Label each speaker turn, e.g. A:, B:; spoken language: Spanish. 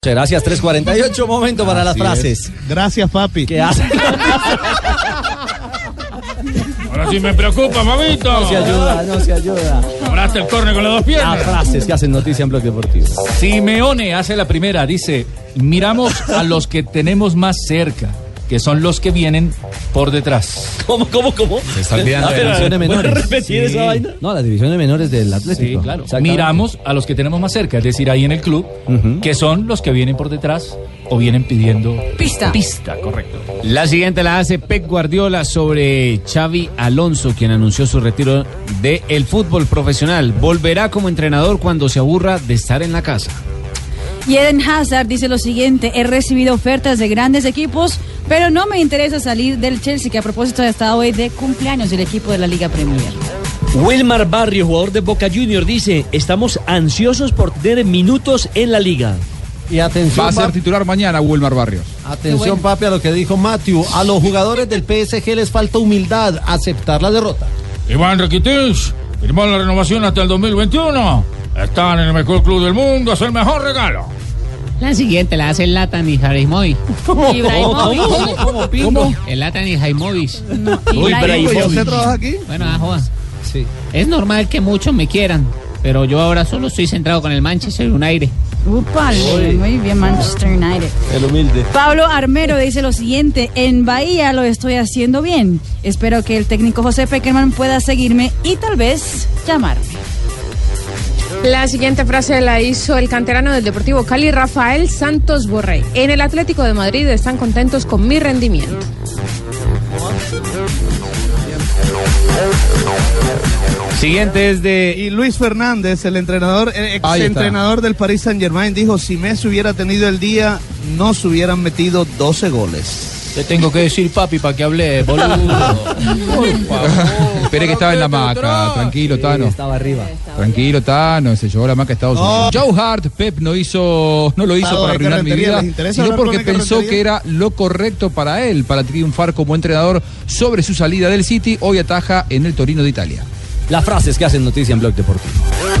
A: Gracias, 348, momento para las frases.
B: Gracias, papi.
A: ¿Qué hacen?
C: Ahora sí me preocupa, mamito.
A: No se ayuda, no se ayuda.
C: Cobraste el corne con las dos
A: Las
C: piernas.
A: Ah, frases que hacen noticia en Blog Deportivo.
D: Simeone Ah, hace la primera, dice, miramos a los que tenemos más cerca, que son los que vienen por detrás.
E: ¿Cómo, cómo, cómo? Se
D: está olvidando
A: Las divisiones menores.
E: repetir esa vaina?
A: No, las divisiones menores del Atlético. Exactamente.
D: Miramos a los que tenemos más cerca, es decir, ahí en el club, que son los que vienen por detrás o vienen pidiendo
F: Pista.
D: pista, correcto.
G: La siguiente la hace Pep Guardiola sobre Xavi Alonso, quien anunció su retiro del el fútbol profesional. Volverá como entrenador cuando se aburra de estar en la casa.
H: Y Eden Hazard dice lo siguiente, he recibido ofertas de grandes equipos, pero no me interesa salir del Chelsea, que a propósito ha estado hoy de cumpleaños del equipo de la Liga Premier.
E: Wilmar Barrio, jugador de Boca Junior, dice, estamos ansiosos por tener minutos en la liga.
A: Y atención,
I: Va a ser
A: pap-
I: titular mañana Wilmar Barrios.
A: atención papi, a lo que dijo Matthew. A los jugadores del PSG les falta humildad, aceptar la derrota.
C: Iván Requitís firmó la renovación hasta el 2021. Está en el mejor club del mundo, es el mejor regalo.
G: La siguiente la hace Latan y Jarimoy.
H: Ibrahimovic.
A: ¿Cómo, Pingo?
G: El Latan y Jaimovic.
H: No,
E: Uy,
H: Ibrahimovic.
E: pero ahí
B: Oye, ¿Usted
E: Bobby.
B: trabaja aquí?
G: Bueno, Ajoa,
A: Sí.
G: es normal que muchos me quieran, pero yo ahora solo estoy centrado con el Manchester United.
H: Upa, muy bien Manchester United.
E: El humilde.
H: Pablo Armero dice lo siguiente, en Bahía lo estoy haciendo bien. Espero que el técnico José Peckerman pueda seguirme y tal vez llamarme.
J: La siguiente frase la hizo el canterano del Deportivo Cali, Rafael Santos Borré. En el Atlético de Madrid están contentos con mi rendimiento.
G: Siguiente es de...
B: Eh, Y Luis Fernández, el entrenador, el ex
I: Ahí está.
B: entrenador del Paris Saint Germain, dijo: si Messi hubiera tenido el día, no se hubieran metido 12 goles.
D: Te tengo que decir, papi, para que hable, boludo.
I: Espere que estaba en la maca. Tranquilo, Tano.
A: Estaba arriba.
I: Tranquilo, Tano. Se llevó la maca a Estados Unidos. Joe Hart, Pep no hizo, no lo hizo
B: Pablo
I: para
B: de
I: arruinar mi
B: Carretería,
I: vida,
B: ¿les interesa
I: sino
B: hablar con
I: porque
B: de
I: pensó
B: Carretería?
I: que era lo correcto para él, para triunfar como entrenador sobre su salida del City. Hoy ataja en el Torino de Italia.
A: Las frases que hacen noticia en Blog Deportivo.